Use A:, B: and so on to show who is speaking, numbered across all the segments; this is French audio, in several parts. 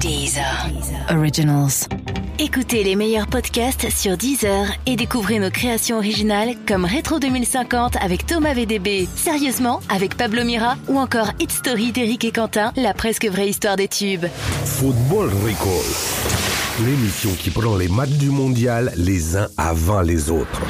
A: Deezer. Originals. Écoutez les meilleurs podcasts sur Deezer et découvrez nos créations originales comme Rétro 2050 avec Thomas VDB, Sérieusement avec Pablo Mira ou encore Hit Story d'Éric et Quentin, la presque vraie histoire des tubes.
B: Football Recall. L'émission qui prend les matchs du mondial les uns avant les autres.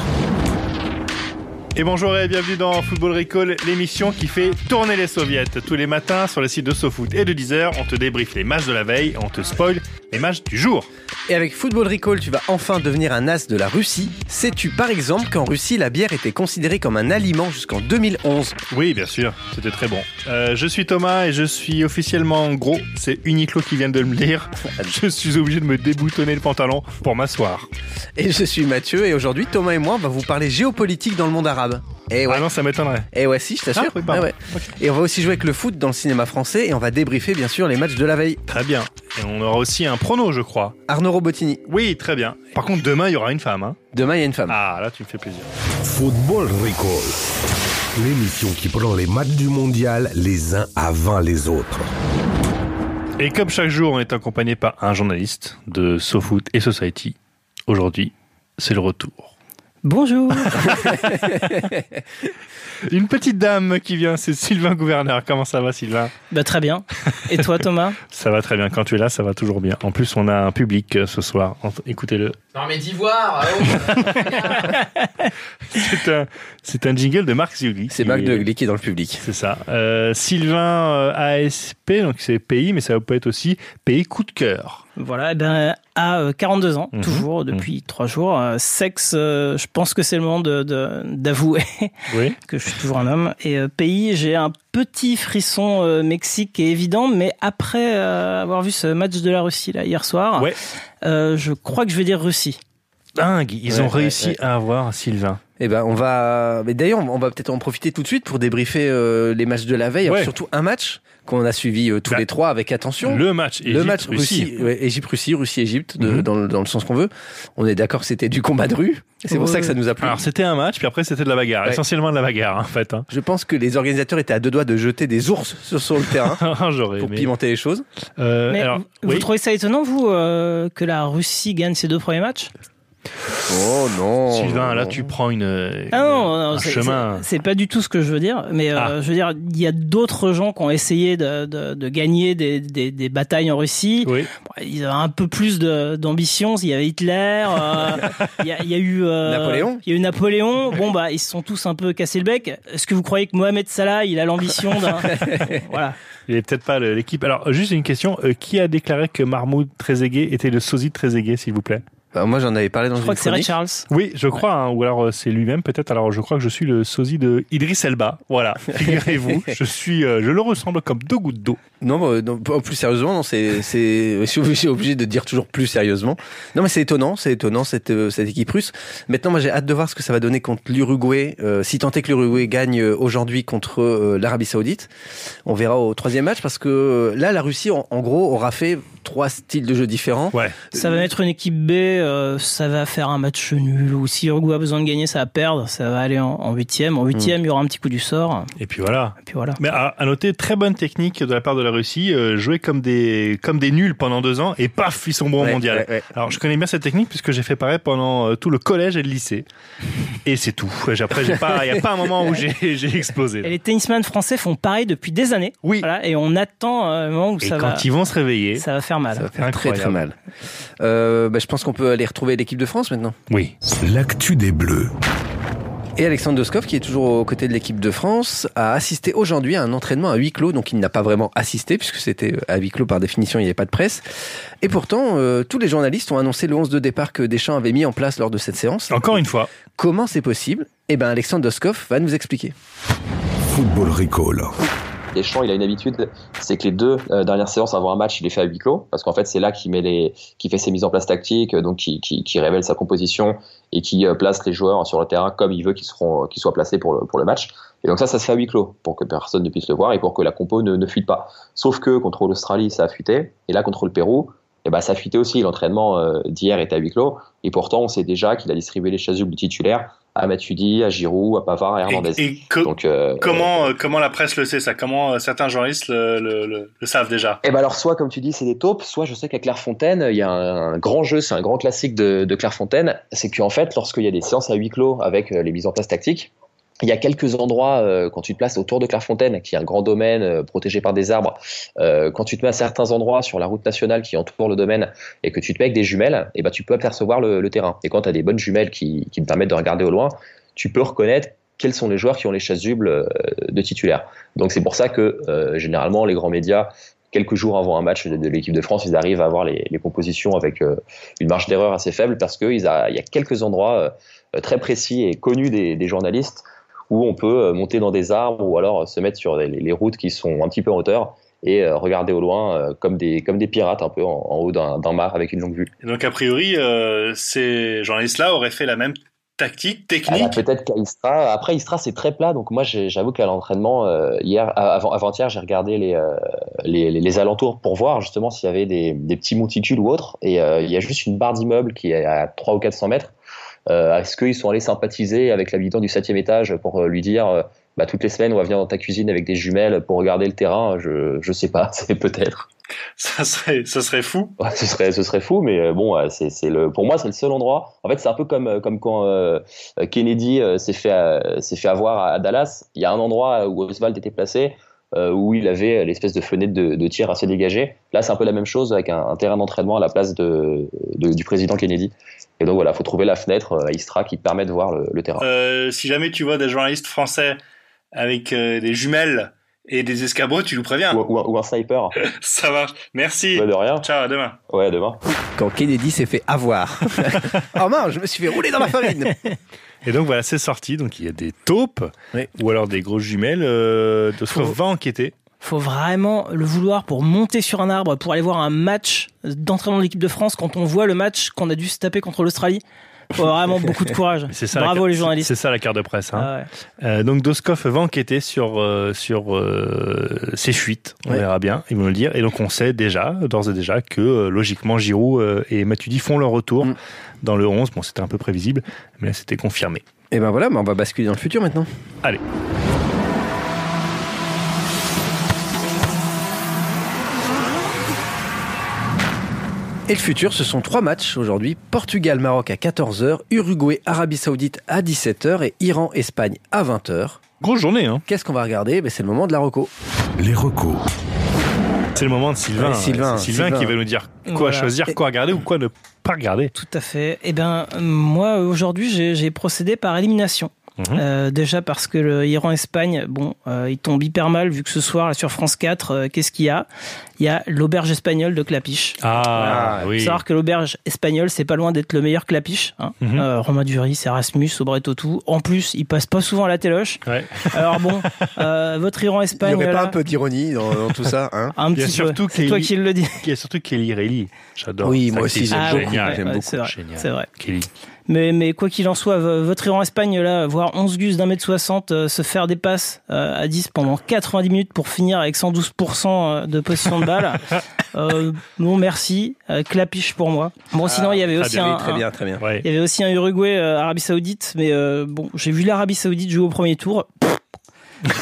C: Et bonjour et bienvenue dans Football Recall, l'émission qui fait tourner les soviets. Tous les matins sur le site de SoFoot et de Deezer, on te débriefe les matchs de la veille, on te spoil les matchs du jour.
D: Et avec Football Recall, tu vas enfin devenir un as de la Russie. Sais-tu par exemple qu'en Russie, la bière était considérée comme un aliment jusqu'en 2011
C: Oui, bien sûr, c'était très bon. Euh, je suis Thomas et je suis officiellement gros, c'est Uniqlo qui vient de me lire. Je suis obligé de me déboutonner le pantalon pour m'asseoir.
D: Et je suis Mathieu et aujourd'hui, Thomas et moi, on va vous parler géopolitique dans le monde arabe. Et ouais,
C: Ah non, ça m'étonnerait.
D: et ouais si, je t'assure.
C: Ah oui, pardon.
D: Ah ouais. Et on va aussi jouer avec le foot dans le cinéma français et on va débriefer bien sûr les matchs de la veille.
C: Très bien. Et on aura aussi un prono, je crois.
D: Arnaud Robotini,
C: Oui, très bien. Par contre, demain, il y aura une femme. Hein
D: demain il y a une femme.
C: ah, là, tu me fais plaisir.
B: Football Recall. L'émission qui prend les matchs du mondial les uns avant les autres.
C: Et comme chaque jour, on est accompagné par un journaliste de SoFoot et Society. Aujourd'hui, c'est le retour.
E: Bonjour.
C: Une petite dame qui vient, c'est Sylvain Gouverneur. Comment ça va, Sylvain
E: Bah, très bien. Et toi, Thomas
C: Ça va très bien. Quand tu es là, ça va toujours bien. En plus, on a un public euh, ce soir. Ent- Écoutez-le.
F: Non mais d'ivoire euh,
C: C'est un, c'est un jingle de Marc Ziugli.
D: C'est
C: qui
D: Marc
C: est-
D: de Glee qui est dans le public.
C: C'est ça. Euh, Sylvain euh, ASP, donc c'est pays, mais ça peut être aussi pays coup de cœur.
E: Voilà, eh ben, à euh, 42 ans,
C: Mhm.
E: toujours depuis trois jours. euh, sexe, euh, je pense que c'est le moment de- de- d'avouer
C: Oui.
E: que je suis toujours un homme. Et euh, pays, j'ai un petit frisson euh, Mexique qui est évident, mais après euh, avoir vu ce match de la Russie là, hier soir,
C: Ouais.
E: euh, je crois que je vais dire Russie.
C: Dingue. Ils
D: Ouais,
C: ont
D: ouais,
C: réussi
D: ouais.
C: à avoir Sylvain.
D: Et ben on va. Mais d'ailleurs, on va peut-être en profiter tout de suite pour débriefer euh, les matchs de la veille.
C: Ouais.
D: Alors, surtout un match qu'on a suivi euh, tous
C: Bah,
D: les trois avec attention.
C: Le match.
D: le match Russie, ouais, Égypte-Russie, Russie-Égypte, de-
C: Mhm.
D: dans, le- dans le sens qu'on veut. On est d'accord que c'était du combat de rue. Et C'est pour
E: Ouais.
D: ça que ça nous a plu.
C: Alors c'était un match, puis après c'était de la bagarre,
D: Ouais.
C: essentiellement de la bagarre en fait. Hein.
D: Je pense que les organisateurs étaient à deux doigts de jeter des ours sur, sur le terrain
C: Ah, J'aurais
D: pour
C: aimé.
D: pimenter les choses.
C: Euh,
E: mais
C: alors,
E: vous, vous
C: oui.
E: trouvez ça étonnant, vous, euh, que la Russie gagne ses deux premiers matchs
D: Oh non
C: Sylvain, là
D: non.
C: tu prends une, une-
E: Ah non, non,
C: un
E: c'est-
C: chemin.
E: c'est- C'est pas du tout ce que je veux dire, mais euh,
C: Ah.
E: je veux dire, il y a d'autres gens qui ont essayé de, de- de gagner des, des- des batailles en Russie.
C: Oui.
E: Bon, Ils avaient un peu plus de- d'ambition. Il y avait Hitler, euh, il y, a- il y a eu euh,
D: Napoléon.
E: Il y a eu Napoléon. Bon bah, ils se sont tous un peu cassé le bec. Est-ce que vous croyez que Mohamed Salah, il a l'ambition d'un Bon, Voilà.
C: Il est peut-être pas le- l'équipe. Alors juste une question, euh, qui a déclaré que Mahmoud Trezeguet était le sosie de Trezeguet s'il vous plaît
D: Bah, moi j'en avais parlé dans
E: Je crois
D: une
E: que c'est Ray
D: chronique.
E: Charles.
C: Oui, je crois hein, ou alors euh, c'est lui-même peut-être. Alors je crois que je suis le sosie de Idriss Elba. Voilà, figurez-vous, je suis euh, je le ressemble comme deux gouttes d'eau.
D: Non, bah, non, p- plus sérieusement, non, c'est, c'est, je suis obligé- je suis obligé de dire toujours plus sérieusement. Non, mais c'est étonnant, c'est étonnant cette, euh, cette équipe russe. Maintenant, moi, j'ai hâte de voir ce que ça va donner contre l'Uruguay. euh, si tant est que l'Uruguay gagne euh, aujourd'hui contre euh, l'Arabie Saoudite, on verra au troisième match parce que euh, là, la Russie, en, en gros, aura fait trois styles de jeu différents.
C: Ouais.
E: Ça va mettre une équipe B. euh, ça va faire un match nul. Ou si Uruguay a besoin de gagner, ça va perdre. Ça va aller en en huitième. En
C: Hmm.
E: huitième, il y aura un petit coup du sort.
C: Et puis voilà.
E: Et puis voilà.
C: Mais à, à noter, très bonne technique de la part de la Russie, euh, jouer comme des comme des nuls pendant deux ans et paf, ils sont bons
D: Ouais,
C: au mondial.
D: ouais, ouais.
C: Alors, je connais bien cette technique puisque j'ai fait pareil pendant euh, tout le collège et le lycée. Et c'est tout. J'ai- Après, j'ai pas, il n'y a pas un moment où j'ai j'ai explosé.
E: Et les tennisman français font pareil depuis des années.
C: Oui.
E: Voilà, et on attend euh, le moment où
C: Et
E: ça
C: quand
E: va,
C: ils vont se réveiller.
E: ça va faire mal.
D: Ça va faire
C: Incroyable.
D: très très mal. Euh, bah, je pense qu'on peut aller retrouver l'équipe de France maintenant.
C: Oui.
B: L'actu des Bleus.
D: Et Alexandre Doskov, qui est toujours aux côtés de l'équipe de France, a assisté aujourd'hui à un entraînement à huis clos, donc il n'a pas vraiment assisté, puisque c'était euh, à huis clos par définition, il n'y avait pas de presse. Et pourtant, euh, tous les journalistes ont annoncé le 11 de départ que Deschamps avait mis en place lors de cette séance.
C: Encore une fois.
D: Comment c'est possible Eh bien, Alexandre Doskov va nous expliquer.
B: Football Recall.
G: Deschamps, il a une habitude, c'est que les deux euh, dernières séances avant un match, il les fait à huis clos, parce qu'en fait, c'est là qu'il met les, qu'il fait ses mises en place tactiques, euh, donc qui, qui, qui révèle sa composition et qui euh, place les joueurs sur le terrain comme il veut qu'ils seront, euh, qu'ils soient placés pour le, pour le match. Et donc ça, ça se fait à huis clos pour que personne ne puisse le voir et pour que la compo ne, ne fuite pas. Sauf que contre l'Australie, ça a fuité, et là contre le Pérou. Et ben, ça a fuité aussi, l'entraînement euh, d'hier était à huis clos, et pourtant on sait déjà qu'il a distribué les chasubles du titulaire à Matuidi, à Giroud, à Pavard, à Hernandez.
C: Et, et co-
G: Donc, euh,
C: comment, euh, comment la presse le sait ça Comment euh, certains journalistes le, le- le- le savent déjà
G: Eh ben alors, soit, comme tu dis, c'est des taupes, soit je sais qu'à Clairefontaine, il y a un, un grand jeu, c'est un grand classique de, de Clairefontaine, c'est qu'en fait, lorsqu'il y a des séances à huis clos avec euh, les mises en place tactiques, il y a quelques endroits, euh, quand tu te places autour de Clairefontaine, qui est un grand domaine euh, protégé par des arbres, euh, quand tu te mets à certains endroits sur la route nationale qui entoure le domaine et que tu te mets avec des jumelles, eh ben, tu peux apercevoir le, le terrain. Et quand tu as des bonnes jumelles qui, qui te permettent de regarder au loin, tu peux reconnaître quels sont les joueurs qui ont les chasubles euh, de titulaires. Donc c'est pour ça que euh, généralement les grands médias quelques jours avant un match de, de l'équipe de France, ils arrivent à avoir les, les compositions avec euh, une marge d'erreur assez faible parce qu'il y a quelques endroits euh, très précis et connus des, des journalistes où on peut euh, monter dans des arbres ou alors euh, se mettre sur les, les routes qui sont un petit peu en hauteur et euh, regarder au loin euh, comme, des, comme des pirates un peu en, en haut d'un d'un mât avec une longue vue.
C: Et Donc, a priori, euh, ces journalistes-là auraient fait la même tactique,
G: Ah bah,
C: technique.
G: peut-être qu'à Istra. Après, Istra, c'est très plat. Donc, moi, j'ai- j'avoue qu'à l'entraînement, euh, hier, avant- avant-hier, j'ai regardé les, euh, les, les- les alentours pour voir justement s'il y avait des, des petits monticules ou autres. Et euh, il y a juste une barre d'immeuble qui est à 3 ou 400 mètres. Euh, Est-ce qu'ils sont allés sympathiser avec l'habitant du 7 étage pour euh, lui dire. euh, bah, toutes les semaines, on va venir dans ta cuisine avec des jumelles pour regarder le terrain. Je, je sais pas, c'est peut-être.
C: Ça serait, ça serait fou.
G: Ouais, ce serait, ce serait fou, mais euh, bon, euh, c'est, c'est le, pour moi, c'est le seul endroit. En fait, c'est un peu comme, euh, comme quand euh, euh, Kennedy euh, s'est fait, euh, s'est fait avoir à, à Dallas. Il y a un endroit où Oswald était placé, euh, où il avait euh, l'espèce de fenêtre de, de tir assez dégagée. Là, c'est un peu la même chose avec un, un terrain d'entraînement à la place de, de- du président Kennedy. Et donc voilà, faut trouver la fenêtre euh, à Istra qui te permet de voir le, le
D: Ah.
G: terrain.
C: Euh, si jamais tu vois des journalistes français avec euh, des jumelles et des escabeaux, tu nous préviens.
G: Ou, ou un, ou un sniper.
C: Ça marche. Merci.
G: Ouais, de rien.
C: Ciao, à demain.
G: Ouais, à demain.
D: Quand Kennedy s'est fait avoir. oh mince, je me suis fait rouler dans la farine.
C: Et donc voilà, c'est sorti. Donc il y a des taupes
D: Oui.
C: ou alors des grosses jumelles. Euh, Doskov
E: Faut-
C: va enquêter.
E: Faut vraiment le vouloir pour monter sur un arbre, pour aller voir un match d'entraînement de l'équipe de France quand on voit le match qu'on a dû se taper contre l'Australie. Faut vraiment beaucoup de courage.
C: C'est ça. la
E: Bravo
C: carte-
E: les journalistes.
C: C'est ça la carte de presse. hein.
E: Ah ouais.
C: Euh, donc Doskov va enquêter sur euh, sur euh, ses fuites. On
D: Ouais.
C: verra bien. Ils vont le dire. Et donc on sait déjà, d'ores et déjà, que euh, logiquement Giroud euh, et Matuidi font leur retour
D: Mm.
C: dans le 11. Bon, c'était un peu prévisible, mais là c'était confirmé.
D: Et ben voilà, mais on va basculer dans le futur maintenant.
C: Allez.
D: Et le futur, ce sont trois matchs aujourd'hui. Portugal-Maroc à 14h, Uruguay-Arabie Saoudite à 17h et Iran-Espagne à 20h.
C: Grosse journée. Hein.
D: Qu'est-ce qu'on va regarder Ben, C'est le moment de la reco.
B: Les recos.
C: C'est le moment de Sylvain.
D: Ouais, Sylvain,
C: C'est Sylvain,
D: Sylvain.
C: qui va nous dire quoi
E: Voilà.
C: choisir,
E: Et-
C: quoi regarder ou quoi ne pas regarder.
E: Tout à fait. Eh ben, euh, moi, aujourd'hui, j'ai j'ai procédé par élimination.
C: Mhm.
E: Euh, déjà parce que le Iran-Espagne, bon, euh, il tombe hyper mal vu que ce soir, là, sur France 4, euh, qu'est-ce qu'il y a Il y a l'auberge espagnole de Clapiche.
C: Ah,
D: Ah,
E: Faut
C: oui.
E: savoir que l'auberge espagnole, c'est pas loin d'être le meilleur Clapiche. Hein.
C: Mhm.
E: Euh, Romain Duris, Erasmus, Aubret tout. En plus, il passe pas souvent à la téloche.
C: Ouais.
E: Alors bon, euh, votre Iran-Espagne. là,
D: d'ironie dans, tout ça hein
E: un
C: Il y a
E: petit peu.
C: surtout
E: C'est
C: qu'il-
E: toi qui le dis.
C: Il y a surtout Kelly Reilly. J'adore.
D: Oui,
C: Ça,
D: moi
C: c'est
D: aussi, j'aime
E: Ah,
D: beaucoup.
E: oui,
C: génial.
E: ouais,
D: j'aime
E: ouais,
D: beaucoup.
E: c'est vrai.
C: Génial.
E: C'est vrai.
C: Kelly.
E: Mais, mais quoi qu'il en soit, v- votre Iran-Espagne, là, voir 11 gus d'un mètre 60 euh, se faire des passes euh, à 10 pendant 90 minutes pour finir avec 112% de position de balle. euh, non, merci. Euh, clapiche pour moi. Bon, sinon, il y avait
C: Ah, très
E: aussi
C: bien,
E: un,
D: Très
E: un-
D: bien, très bien.
C: Ouais.
E: il y avait aussi un Uruguay, euh, Arabie Saoudite, mais euh, bon, j'ai vu l'Arabie Saoudite jouer au premier tour.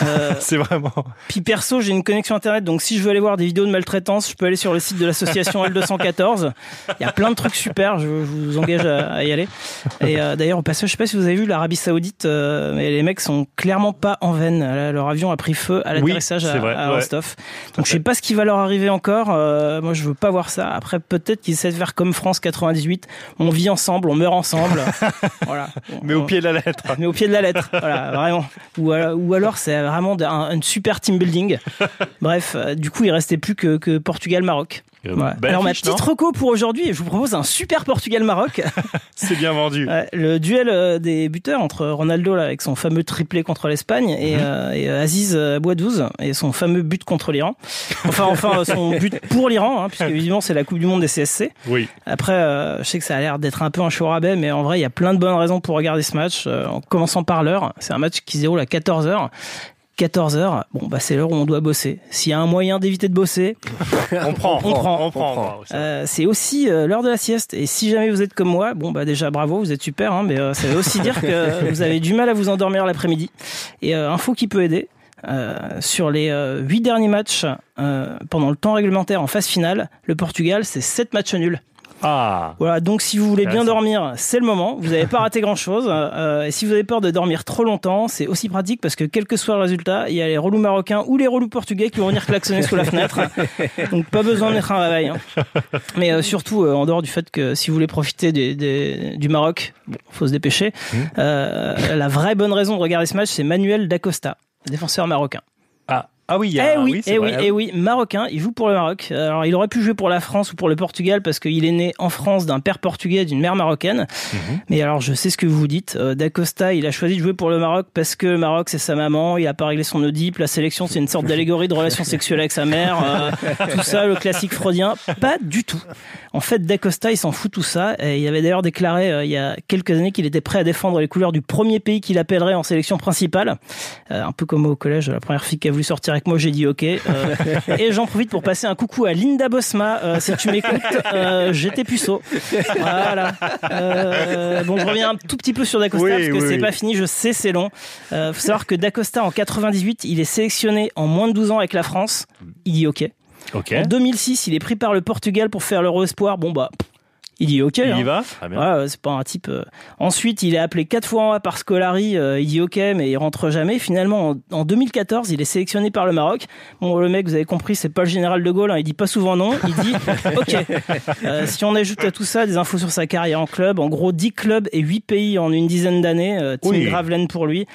E: Euh,
C: C'est vraiment.
E: puis perso, j'ai une connexion internet, donc si je veux aller voir des vidéos de maltraitance, je peux aller sur le site de l'association L214. Il y a plein de trucs super, je, je vous engage à, à y aller. Et euh, d'ailleurs, au passage, je sais pas si vous avez vu l'Arabie Saoudite, euh, mais les mecs sont clairement pas en veine. Là, leur avion a pris feu à
C: Oui,
E: l'atterrissage
C: c'est
E: à,
C: vrai,
E: à
C: ouais.
E: Rostov. Donc je sais pas ce qui va leur arriver encore. Euh, moi, je veux pas voir ça. Après, peut-être qu'ils essaient de faire comme France 98. On vit ensemble, on meurt ensemble. voilà.
C: Mais
E: euh,
C: au pied de la lettre.
E: mais au pied de la lettre. Voilà, vraiment. Ou, al- ou alors, c'est vraiment d'un- un, super team building. Bref, euh, du coup, il restait plus que, que Portugal-Maroc.
C: Euh,
E: Voilà.
C: belle
E: alors, ma
C: affiche, non
E: petite reco pour aujourd'hui, je vous propose un super Portugal-Maroc.
C: C'est bien vendu.
E: Ouais, le duel euh, des buteurs entre Ronaldo là, avec son fameux triplé contre l'Espagne et,
C: Mhm.
E: euh, et, euh, Aziz euh, Bouadouz et son fameux but contre l'Iran. Enfin, enfin, euh, son but pour l'Iran, hein, puisque évidemment, c'est la Coupe du Monde des CSC.
C: Oui.
E: Après, euh, je sais que ça a l'air d'être un peu un show au rabais, mais en vrai, il y a plein de bonnes raisons pour regarder ce match. euh, en commençant par l'heure, c'est un match qui se déroule à 14h. 14h, bon, bah, c'est l'heure où on doit bosser. S'il y a un moyen d'éviter de bosser,
C: On prend,
E: On
C: on
E: prend,
C: prend.
D: on prend.
C: on prend.
E: euh, c'est aussi euh, l'heure de la sieste. Et si jamais vous êtes comme moi, bon, bah, déjà, bravo, vous êtes super, hein, mais euh, ça veut aussi dire que vous avez du mal à vous endormir l'après-midi. Et euh, info qui peut aider, euh, sur les euh, huit derniers matchs, euh, pendant le temps réglementaire en phase finale, le Portugal, c'est 7 matchs nuls.
C: Ah.
E: Voilà, donc si vous voulez bien
C: Intéressant.
E: dormir, c'est le moment. Vous n'avez pas raté grand-chose. Euh, et si vous avez peur de dormir trop longtemps, c'est aussi pratique parce que quel que soit le résultat, il y a les relous marocains ou les relous portugais qui vont venir klaxonner sous la fenêtre. Donc pas besoin de mettre un réveil. hein. Mais euh, surtout, euh, en dehors du fait que si vous voulez profiter des- des- du Maroc, bon, faut se dépêcher. Euh, la vraie bonne raison de regarder ce match, c'est Manuel Dacosta, défenseur marocain.
C: Ah, ah oui, il y a
E: Eh oui,
C: c'est
E: eh oui,
C: vrai.
E: eh oui, marocain, il joue pour le Maroc. Alors, il aurait pu jouer pour la France ou pour le Portugal parce qu'il est né en France d'un père portugais et d'une mère marocaine.
C: Mhm.
E: Mais alors, je sais ce que vous dites. Euh, Dacosta, il a choisi de jouer pour le Maroc parce que le Maroc, c'est sa maman, il a pas réglé son Oedipe, la sélection, c'est une sorte d'allégorie de relation sexuelle avec sa mère, euh, tout ça, le classique freudien. Pas du tout. En fait, Dacosta, il s'en fout tout ça. Et il avait d'ailleurs déclaré euh, il y a quelques années qu'il était prêt à défendre les couleurs du premier pays qu'il appellerait en sélection principale. Euh, un peu comme au collège, la première fille qui a voulu sortir avec moi, j'ai dit OK. Euh, et j'en profite pour passer un coucou à Linda Bosma. Euh, si tu m'écoutes, euh, j'étais puceau. Voilà. Euh, bon, je reviens un tout petit peu sur Dacosta
C: Oui,
E: parce que
C: oui,
E: c'est
C: oui.
E: pas fini. Je sais, c'est long. Euh, faut savoir que Dacosta en 98, il est sélectionné en moins de 12 ans avec la France. Il dit OK.
C: Ok.
E: En 2006, il est pris par le Portugal pour faire l'Euro Espoir. Bon, bah, pff, il dit OK.
C: Il y
E: hein.
C: va Très bien.
E: Ouais, euh, c'est pas un type. euh. Ensuite, il est appelé quatre fois en A par Scolari. euh, il dit OK, mais il rentre jamais. Finalement, en, en 2014, il est sélectionné par le Maroc. Bon, le mec, vous avez compris, c'est pas le général de Gaulle. hein, il dit pas souvent non. Il dit OK. Euh, si on ajoute à tout ça des infos sur sa carrière en club, en gros 10 clubs et 8 pays en une dizaine d'années. euh, team
C: Oui.
E: Gravelaine pour lui,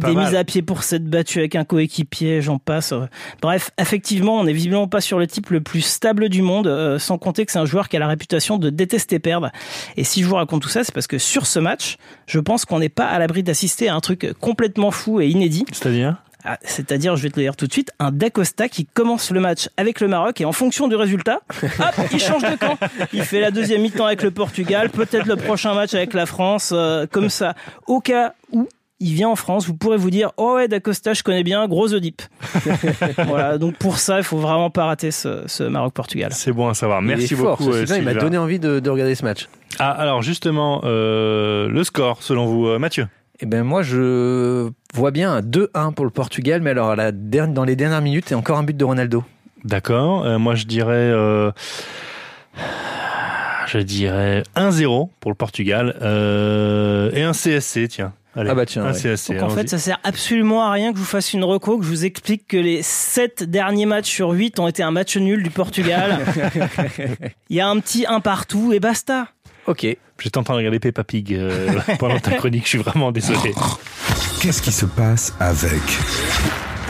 C: Pas
E: des
C: mal.
E: mises à pied pour s'être battu avec un coéquipier. J'en passe. euh. Bref, effectivement, on n'est visiblement pas sur le type le plus stable du monde, euh, sans compter que c'est un joueur qui a la réputation de détester perdre. Et si je vous raconte tout ça, c'est parce que sur ce match, je pense qu'on n'est pas à l'abri d'assister à un truc complètement fou et inédit.
C: C'est-à-dire
E: Ah, C'est-à-dire, je vais te le dire tout de suite, un Dacosta qui commence le match avec le Maroc et en fonction du résultat, hop, il change de camp. Il fait la deuxième mi-temps avec le Portugal, peut-être le prochain match avec la France, euh, comme ça. Au cas où il vient en France, vous pourrez vous dire Oh ouais, Dacosta, je connais bien, gros Oedipe. voilà, donc pour ça, il faut vraiment pas rater ce, ce Maroc-Portugal.
C: C'est bon à savoir.
D: Il est
C: Merci
D: fort,
C: beaucoup. euh,
D: ce Sylvain, il m'a
C: Sylvain.
D: donné envie de, de regarder ce match.
C: Ah, alors justement, euh, le score selon vous, euh, Mathieu
D: Eh ben moi, je vois bien un 2-1 pour le Portugal, mais alors à la dernière, dans les dernières minutes, et encore un but de Ronaldo.
C: D'accord. Euh, moi, je dirais. euh, Je dirais 1-0 pour le Portugal euh, et un CSC, tiens. Allez,
D: Ah bah tiens,
C: un
D: ouais.
C: CSC.
E: Donc en
C: allons-y.
E: fait, ça sert absolument à rien que je vous fasse une reco, que je vous explique que les 7 derniers matchs sur 8 ont été un match nul du Portugal. Il y a un petit un partout et basta.
D: Ok.
C: J'étais en train de regarder Peppa Pig euh, pendant ta chronique. Je suis vraiment désolé.
B: Qu'est-ce qui se passe avec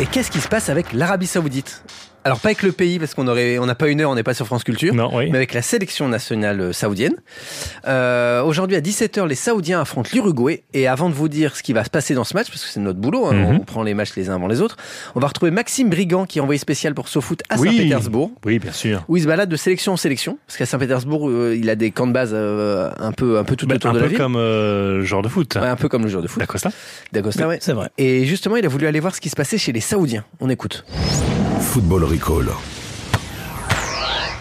D: Et qu'est-ce qui se passe avec l'Arabie Saoudite Alors pas avec le pays, parce qu'on aurait, on n'a pas une heure, on n'est pas sur France Culture.
C: Non, oui.
D: mais avec la sélection nationale euh, saoudienne. Euh, Aujourd'hui à 17h, les Saoudiens affrontent l'Uruguay. Et avant de vous dire ce qui va se passer dans ce match, parce que c'est notre boulot, hein,
C: Mhm.
D: on prend les matchs les uns avant les autres, on va retrouver Maxime Brigand qui est envoyé spécial pour SoFoot à
C: Oui.
D: Saint-Pétersbourg.
C: Oui, bien sûr.
D: Où il se balade de sélection en sélection, parce qu'à Saint-Pétersbourg, euh, il a des camps de base euh, un peu, un peu tout
C: Bah,
D: autour
C: un
D: de la
C: peu
D: ville.
C: comme euh, genre de foot.
D: Ouais, un peu comme le joueur de foot
C: D'accord, ça
D: d'Agosta. ouais.
E: C'est vrai.
D: Et justement, il a voulu aller voir ce qui se passait chez les Saoudiens. On écoute.
B: Football Recall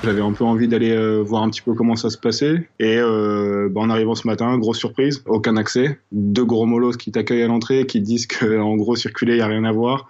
F: J'avais un peu envie d'aller euh, voir un petit peu comment ça se passait. Et euh, bah, en arrivant ce matin, grosse surprise, aucun accès. Deux gros molosses qui t'accueillent à l'entrée, qui disent que en gros circuler, il n'y a rien à voir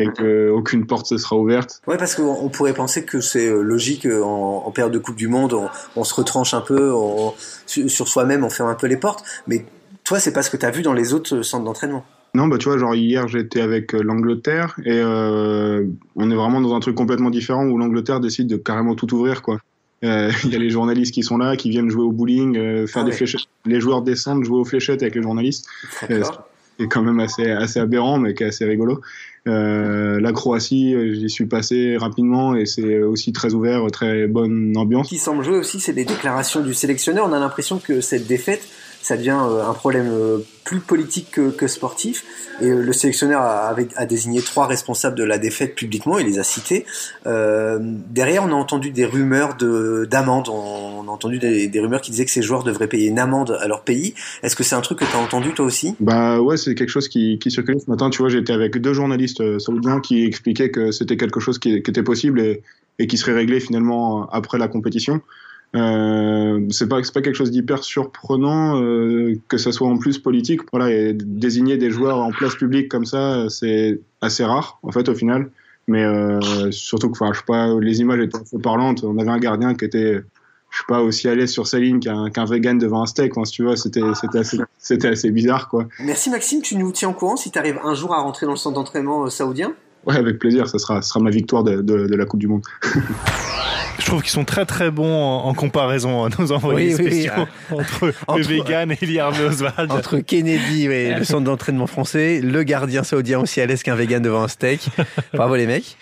F: et qu'aucune porte ne sera ouverte.
H: Ouais, parce qu'on on pourrait penser que c'est euh, logique euh, en, en période de Coupe du Monde, on, on se retranche un peu on- sur, sur soi-même, on ferme un peu les portes. Mais toi, c'est pas ce que t'as vu dans les autres euh, centres d'entraînement.
F: Non, bah tu vois, genre hier j'étais avec euh, l'Angleterre et euh, on est vraiment dans un truc complètement différent où l'Angleterre décide de carrément tout ouvrir, quoi. Euh, Il y a les journalistes qui sont là, qui viennent jouer au bowling, euh, faire
H: Ah
F: des
H: ouais.
F: fléchettes. Les joueurs descendent jouer aux fléchettes avec les journalistes.
H: D'accord.
F: qui est quand même assez, assez aberrant, mais qui est assez rigolo. Euh, la Croatie, euh, j'y suis passé rapidement et c'est aussi très ouvert, très bonne
H: Ce
F: ambiance.
H: qui semble jouer aussi, c'est des déclarations du sélectionneur. On a l'impression que cette défaite, ça devient euh, un problème euh, plus politique que, que sportif. Et euh, le sélectionneur a, avait- a désigné trois responsables de la défaite publiquement, il les a cités. Euh, derrière, on a entendu des rumeurs de d'amendes. On, on a entendu des, des rumeurs qui disaient que ces joueurs devraient payer une amende à leur pays. Est-ce que c'est un truc que tu as entendu toi aussi
F: Bah ouais, c'est quelque chose qui, qui circulait ce matin. Tu vois, j'étais avec deux journalistes euh, saoudiens qui expliquaient que c'était quelque chose qui, qui était possible et, et qui serait réglé finalement euh, après la compétition. Euh, c'est pas c'est pas quelque chose d'hyper surprenant euh, que ça soit en plus politique. Voilà, et désigner des joueurs en place publique comme ça, c'est assez rare en fait au final. Mais euh, surtout que, enfin, je sais pas, les images étaient assez parlantes. On avait un gardien qui était, je sais pas, aussi à l'aise sur sa ligne qu'un qu'un vegan devant un steak. Enfin, si tu vois, c'était c'était assez c'était assez bizarre quoi.
H: Merci Maxime, tu nous tiens au courant si tu arrives un jour à rentrer dans le centre d'entraînement euh, saoudien.
F: Ouais, avec plaisir. Ça sera ça sera ma victoire de, de, de la Coupe du Monde.
C: Je trouve qu'ils sont très très bons en, en comparaison, hein, nos envoyés
D: Oui, oui, oui, Ah.
C: spéciaux entre,
D: Entre-
C: le vegan et Lee Harvey Oswald.
D: Entre Kennedy, ouais, le centre d'entraînement français, le gardien saoudien aussi à l'aise qu'un vegan devant un steak. Bravo les mecs.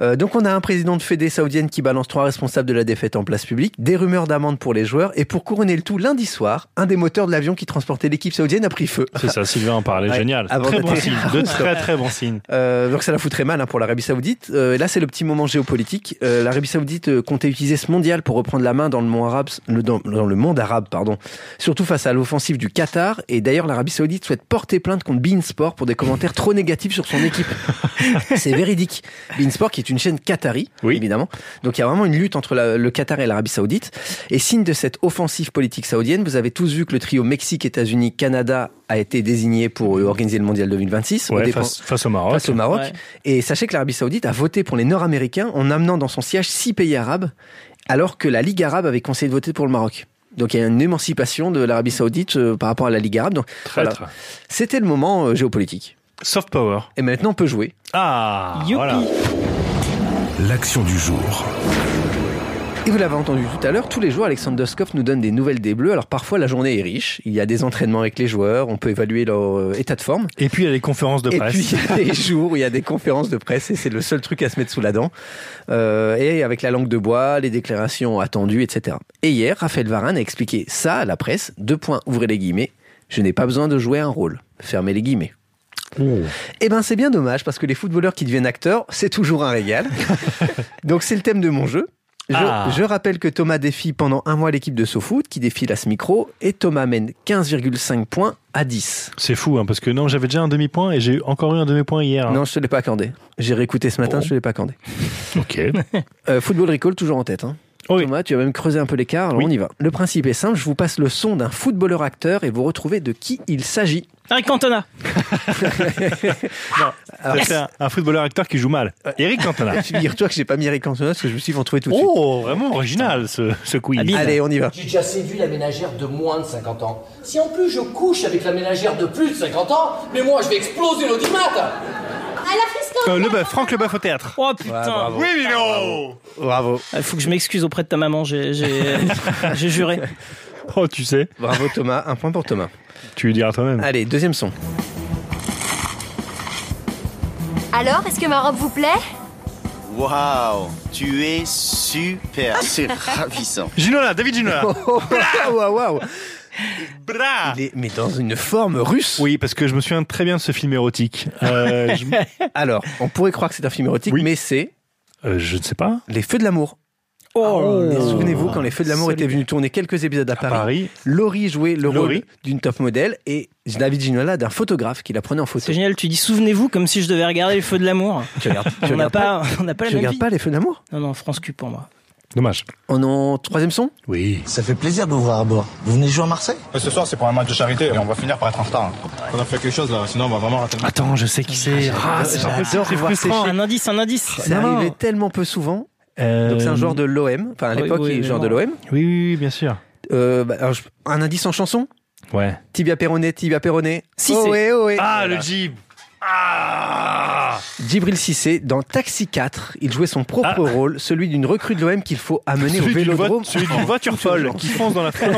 D: Euh, donc on a un président de fédé saoudienne qui balance trois responsables de la défaite en place publique, des rumeurs d'amende pour les joueurs, et pour couronner le tout, lundi soir, un des moteurs de l'avion qui transportait l'équipe saoudienne a pris feu.
C: C'est ça, Sylvain en parlait,
D: Ouais,
C: génial.
D: avant
C: Très
D: de-
C: bon signe, de très très bon signe.
D: Euh, donc ça la fout très mal hein, pour l'Arabie Saoudite. Euh, et là, c'est le petit moment géopolitique. Euh, L'Arabie Saoudite euh, comptait utiliser ce mondial pour reprendre la main dans le monde arabe, le- dans, dans le monde arabe, pardon. Surtout face à l'offensive du Qatar. Et d'ailleurs, l'Arabie Saoudite souhaite porter plainte contre Bein Sport pour des commentaires trop négatifs sur son équipe. c'est véridique. Bein Sport, qui est une chaîne qatari,
C: Oui.
D: évidemment. Donc il y a vraiment une lutte entre la- le Qatar et l'Arabie Saoudite. Et signe de cette offensive politique saoudienne, vous avez tous vu que le trio Mexique, États-Unis, Canada a été désigné pour euh, organiser le mondial 2026. aux
C: Ouais,
D: dépens-
C: face, face au Maroc.
D: face au Maroc.
E: Ouais.
D: Et sachez que l'Arabie Saoudite a voté pour les Nord-Américains en amenant dans son siège six pays arabes, alors que la Ligue arabe avait conseillé de voter pour le Maroc. Donc il y a une émancipation de l'Arabie Saoudite euh, par rapport à la Ligue arabe. Donc
C: Traître.
D: c'était le moment euh, géopolitique.
C: Soft power.
D: Et maintenant on peut jouer.
C: Ah,
E: Youpi.
C: voilà.
B: L'action du jour.
D: Et vous l'avez entendu tout à l'heure, tous les jours Alexandre Doskov nous donne des nouvelles des Bleus. Alors parfois la journée est riche, il y a des entraînements avec les joueurs, on peut évaluer leur euh, état de forme.
C: Et puis il y a les conférences de
D: Et
C: presse.
D: puis il y a des jours où il y a des conférences de presse et c'est le seul truc à se mettre sous la dent. Euh, et avec la langue de bois, les déclarations attendues, etc. Et hier, Raphaël Varane a expliqué ça à la presse. Deux points, ouvrez les guillemets. Je n'ai pas besoin de jouer un rôle. Fermez les guillemets. Eh ben c'est bien dommage parce que les footballeurs qui deviennent acteurs, c'est toujours un régal. Donc c'est le thème de mon jeu. Je,
C: Ah.
D: je rappelle que Thomas défie pendant un mois l'équipe de SoFoot qui défile à ce micro et Thomas mène 15,5 points à 10.
C: C'est fou, hein, parce que non, j'avais déjà un demi-point et j'ai eu encore eu un demi-point hier. hein.
D: Non, je te l'ai pas accordé. J'ai réécouté ce matin, je te l'ai pas accordé.
C: Ok.
D: Euh, football Recall, toujours en tête. Hein.
C: Oui.
D: Thomas, tu as même creusé un peu l'écart, alors
C: Oui.
D: on y va. Le principe est simple, je vous passe le son d'un footballeur acteur et vous retrouvez de qui il s'agit.
E: Eric Cantona.
C: Ça, C'est un, un footballeur acteur qui joue mal. Eric Cantona.
D: Figure-toi que j'ai pas mis Eric Cantona parce que je me suis retrouvé tout de suite.
C: Oh, vraiment original ce, ce quiz.
D: Allez, on y va.
I: J'ai déjà séduit la ménagère de moins de 50 ans. Si en plus je couche avec la ménagère de plus de 50 ans, mais moi je vais exploser l'audimat
C: Euh, le bœuf, Franck le bœuf au théâtre.
E: Oh putain.
D: bravo. Bravo,
E: Ah, faut que je m'excuse auprès de ta maman. J'ai j'ai- j'ai juré.
C: Oh, tu sais,
D: bravo Thomas, un point pour Thomas.
C: tu lui diras
I: Ah.
C: toi-même.
D: Allez, deuxième son.
J: Alors, est-ce que ma robe vous plaît
K: Waouh, tu es super, c'est ravissant.
C: Ginola, David Ginola.
D: Oh, waouh, waouh.
C: Bra.
D: Il est- Mais dans une forme russe.
C: Oui, parce que je me souviens très bien de ce film érotique. Euh, je,
D: Alors, on pourrait croire que c'est un film érotique,
C: Oui.
D: mais c'est
C: euh, je ne sais pas.
D: Les Feux de l'amour.
E: Oh.
D: Et Souvenez-vous quand Les Feux de l'amour étaient venus tourner quelques épisodes à Paris.
C: Paris.
D: Laurie jouait le
C: Laurie.
D: rôle d'une top modèle et David Ginola d'un photographe qui la prenait en photo.
E: C'est génial. Tu dis souvenez-vous comme si je devais regarder les feux de l'amour.
D: Tu regardes, tu
E: On n'a
D: regardes pas,
E: pas, on n'a pas la
D: tu
E: même
D: regardes
E: vie.
D: pas les feux d'amour
E: Non non, France Q pour moi.
C: Dommage.
D: On en troisième son
C: Oui.
K: Ça fait plaisir de vous voir à bord. Vous venez jouer à Marseille
L: Ce soir, c'est pour un match de charité et on va finir par être en retard. On a fait quelque chose là, sinon on va vraiment rater le match.
C: Attends, je sais qui c'est. Ah, c'est pas possible,
D: J'adore
C: c'est
D: voir
C: frustrant.
E: Un indice, un indice.
D: Ah.
I: Bah,
D: C'est
C: Non.
D: arrivé tellement peu souvent.
C: Euh,
D: Donc c'est un joueur de l'OM, enfin à
E: oui,
D: l'époque
E: oui,
D: il est
E: mais
D: joueur
E: bon.
D: de l'OM.
C: Oui, oui, oui, bien sûr.
D: Euh, bah, alors, je- un indice en chanson
C: Ouais.
D: Tibia Perroné, Tibia Perroné.
E: Si,
D: oh,
E: c'est-
D: ouais, oh, ouais.
C: Ah, le Jeep. Ah.
D: Djibril Cissé, dans Taxi 4, il jouait son propre rôle, celui d'une recrue de l'OM qu'il faut amener au
C: Celui d'une
D: vélodrome.
C: voit- celui d'une voiture folle qui fonce dans la foule.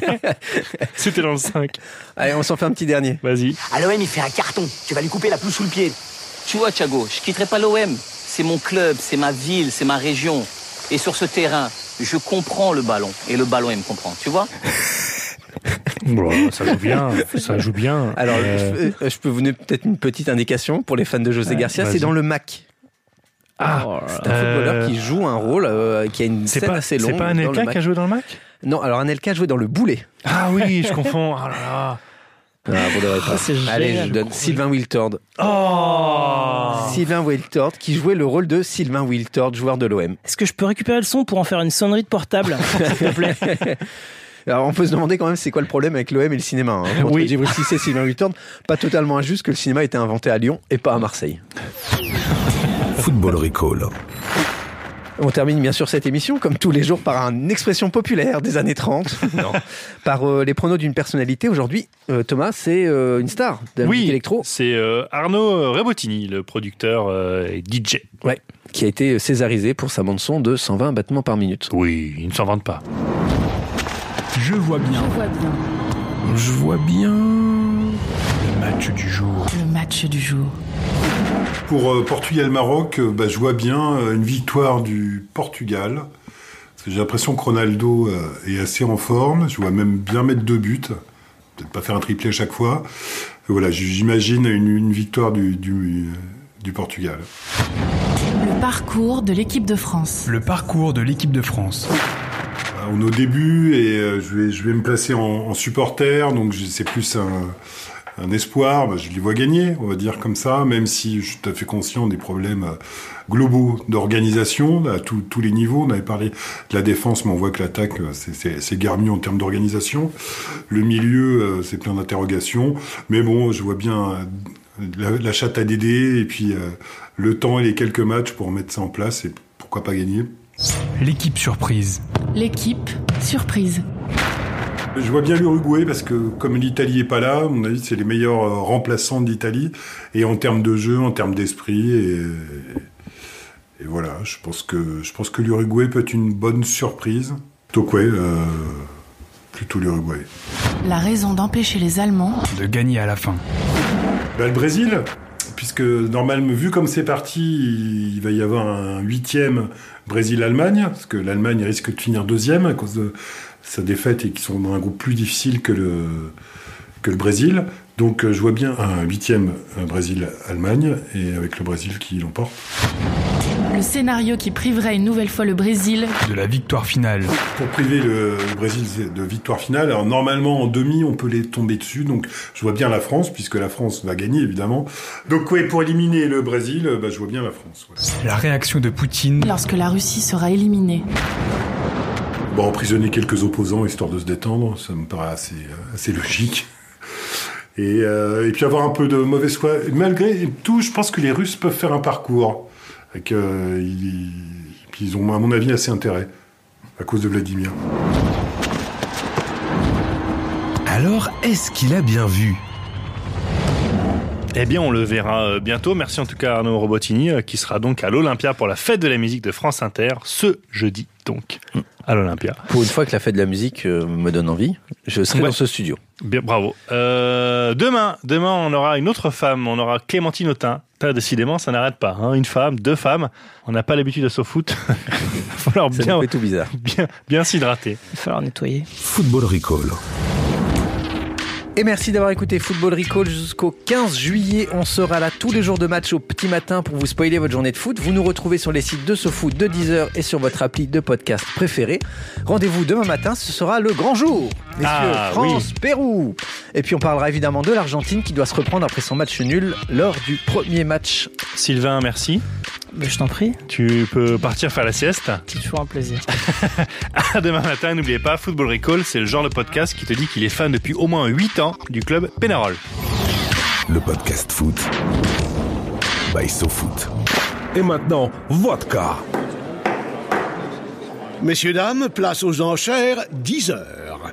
C: C'était dans le 5.
D: Allez, on s'en fait un petit dernier.
C: Vas-y.
I: À l'OM, il fait un carton. Tu vas lui couper la pelouse sous le pied.
K: Tu vois, Thiago, je quitterai pas l'OM. C'est mon club, c'est ma ville, c'est ma région. Et sur ce terrain, je comprends le ballon. Et le ballon, il me comprend, tu vois
C: Oh, bah, ça joue bien. Ça joue bien.
D: Alors,
I: euh,
D: je, euh, je peux vous donner peut-être une petite indication pour les fans de José Garcia,
C: vas-y. Euh.
D: c'est dans le Mac.
I: Ah, c'est un footballeur qui joue un rôle, euh, qui a une
C: C'est
I: scène
C: pas-
I: assez
C: c'est
I: longue.
C: pas
I: dans le
C: Anelka
I: match.
C: qui a joué dans le match
I: Non, alors Anelka a joué dans le boulet.
C: Ah oui, je confonds. Ah là là.
I: Ah, vous devrez pas.
C: Ah, c'est
I: Allez,
C: génial.
I: je donne Sylvain Wiltord.
C: Oh
I: Sylvain Wiltord qui jouait le rôle de Sylvain Wiltord, joueur de l'OM.
E: Est-ce que je peux récupérer le son pour en faire une sonnerie de portable s'il te plaît
I: Alors on peut se demander quand même c'est quoi le problème avec l'OM et le cinéma. Hein. Entre
C: Oui.
I: Djibril Cissé et Sylvain Wiltord, pas totalement injuste que le cinéma a été inventé à Lyon et pas à Marseille.
M: Football Recall.
I: On termine bien sûr cette émission, comme tous les jours, par une expression populaire des années 30, Non. par euh, les pronos d'une personnalité. Aujourd'hui, euh, Thomas, c'est euh, une star de la musique
C: Oui,
I: électro.
C: c'est euh, Arnaud Rebottini, le producteur euh, et DJ.
I: Ouais, qui a été césarisé pour sa bande-son de 120 battements par minute.
C: Oui, il ne s'en vante pas.
N: Je vois bien.
M: Je vois bien.
N: Le match du jour.
A: Le match du jour.
G: Pour euh, Portugal-Maroc, euh, bah, je vois bien euh, une victoire du Portugal. Parce que j'ai l'impression que Ronaldo euh, est assez en forme. Je vois même bien mettre deux buts. Peut-être pas faire un triplé à chaque fois. Et voilà, j- j'imagine une, une victoire du, du, du Portugal.
A: Le parcours de l'équipe de France.
N: Le parcours de l'équipe de France.
G: Euh, On est au début et euh, je, vais, je vais me placer en, en supporter, donc je- c'est plus un, un espoir. Bah, je les vois gagner, on va dire comme ça, même si je suis tout à fait conscient des problèmes euh, globaux d'organisation à tous- tous les niveaux. On avait parlé de la défense, mais on voit que l'attaque, euh, c'est- c'est c'est guère mieux en termes d'organisation. Le milieu, euh, c'est plein d'interrogations. Mais bon, je vois bien euh, la, la chatte à Dédé et puis euh, le temps et les quelques matchs pour mettre ça en place et pourquoi pas gagner.
N: L'équipe surprise.
A: L'équipe surprise.
G: Je vois bien l'Uruguay parce que comme l'Italie est pas là, à mon avis c'est les meilleurs euh, remplaçants de l'Italie et en termes de jeu, en termes d'esprit et, et voilà. Je pense que je pense que l'Uruguay peut être une bonne surprise. Donc ouais, euh, plutôt l'Uruguay.
A: La raison d'empêcher les Allemands
N: De gagner à la fin.
G: Bah, le Brésil, puisque normalement, vu comme c'est parti, il va y avoir un huitième Brésil-Allemagne, parce que l'Allemagne risque de finir deuxième à cause de sa défaite et qu'ils sont dans un groupe plus difficile que le, que le Brésil. Donc euh, je vois bien un huitième euh, Brésil-Allemagne, et avec le Brésil qui l'emporte.
A: Le scénario qui priverait une nouvelle fois le Brésil
N: De la victoire finale.
G: Pour priver le, le Brésil de victoire finale, alors normalement en demi on peut les tomber dessus, donc je vois bien la France, puisque la France va gagner évidemment. Donc ouais, pour éliminer le Brésil, euh, bah, je vois bien la France. ouais.
N: La réaction de Poutine.
A: lorsque la Russie sera éliminée.
G: Bon, emprisonner quelques opposants histoire de se détendre, ça me paraît assez, euh, assez logique. Et, euh, et puis avoir un peu de mauvaise foi. Malgré tout, je pense que les Russes peuvent faire un parcours. Et qu'ils ils ont, à mon avis, assez intérêt. À cause de Vladimir.
M: Alors, est-ce qu'il a bien vu
C: Eh bien, on le verra euh, bientôt. Merci en tout cas à Arnaud Robotini, euh, qui sera donc à l'Olympia pour la fête de la musique de France Inter, ce jeudi donc, à l'Olympia.
I: Pour une fois que la fête de la musique euh, me donne envie, je serai
C: Ouais.
I: dans ce studio.
C: Bien, bravo. Euh, demain, demain, on aura une autre femme. On aura Clémentine Autain. Putain, décidément, ça n'arrête pas. hein. Une femme, deux femmes. On n'a pas l'habitude de se foot. Il va falloir
I: Ça
C: bien,
I: nous fait tout bizarre.
C: bien, bien s'hydrater.
E: Il va falloir nettoyer.
M: Football Recall.
I: Et merci d'avoir écouté Football Recall jusqu'au 15 juillet. On sera là tous les jours de match au petit matin pour vous spoiler votre journée de foot. Vous nous retrouvez sur les sites de SoFoot, de Deezer et sur votre appli de podcast préféré. Rendez-vous demain matin, ce sera le grand jour. Messieurs,
C: Ah,
I: France, Pérou. Et puis on parlera évidemment de l'Argentine qui doit se reprendre après son match nul lors du premier match.
C: Sylvain, merci.
E: Mais je t'en prie,
C: Tu peux partir faire la sieste.
E: c'est toujours un plaisir.
C: À demain matin, n'oubliez pas, Football Recall, c'est le genre de podcast qui te dit qu'il est fan depuis au moins 8 ans du club Pénarol.
M: Le podcast foot. By SoFoot. Et maintenant, vodka.
B: Messieurs, dames, place aux enchères, 10 heures.